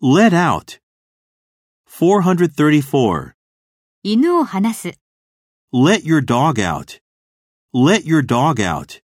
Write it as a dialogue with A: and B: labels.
A: Let out. 434.
B: 犬を放す。
A: Let your dog out. Let your dog out.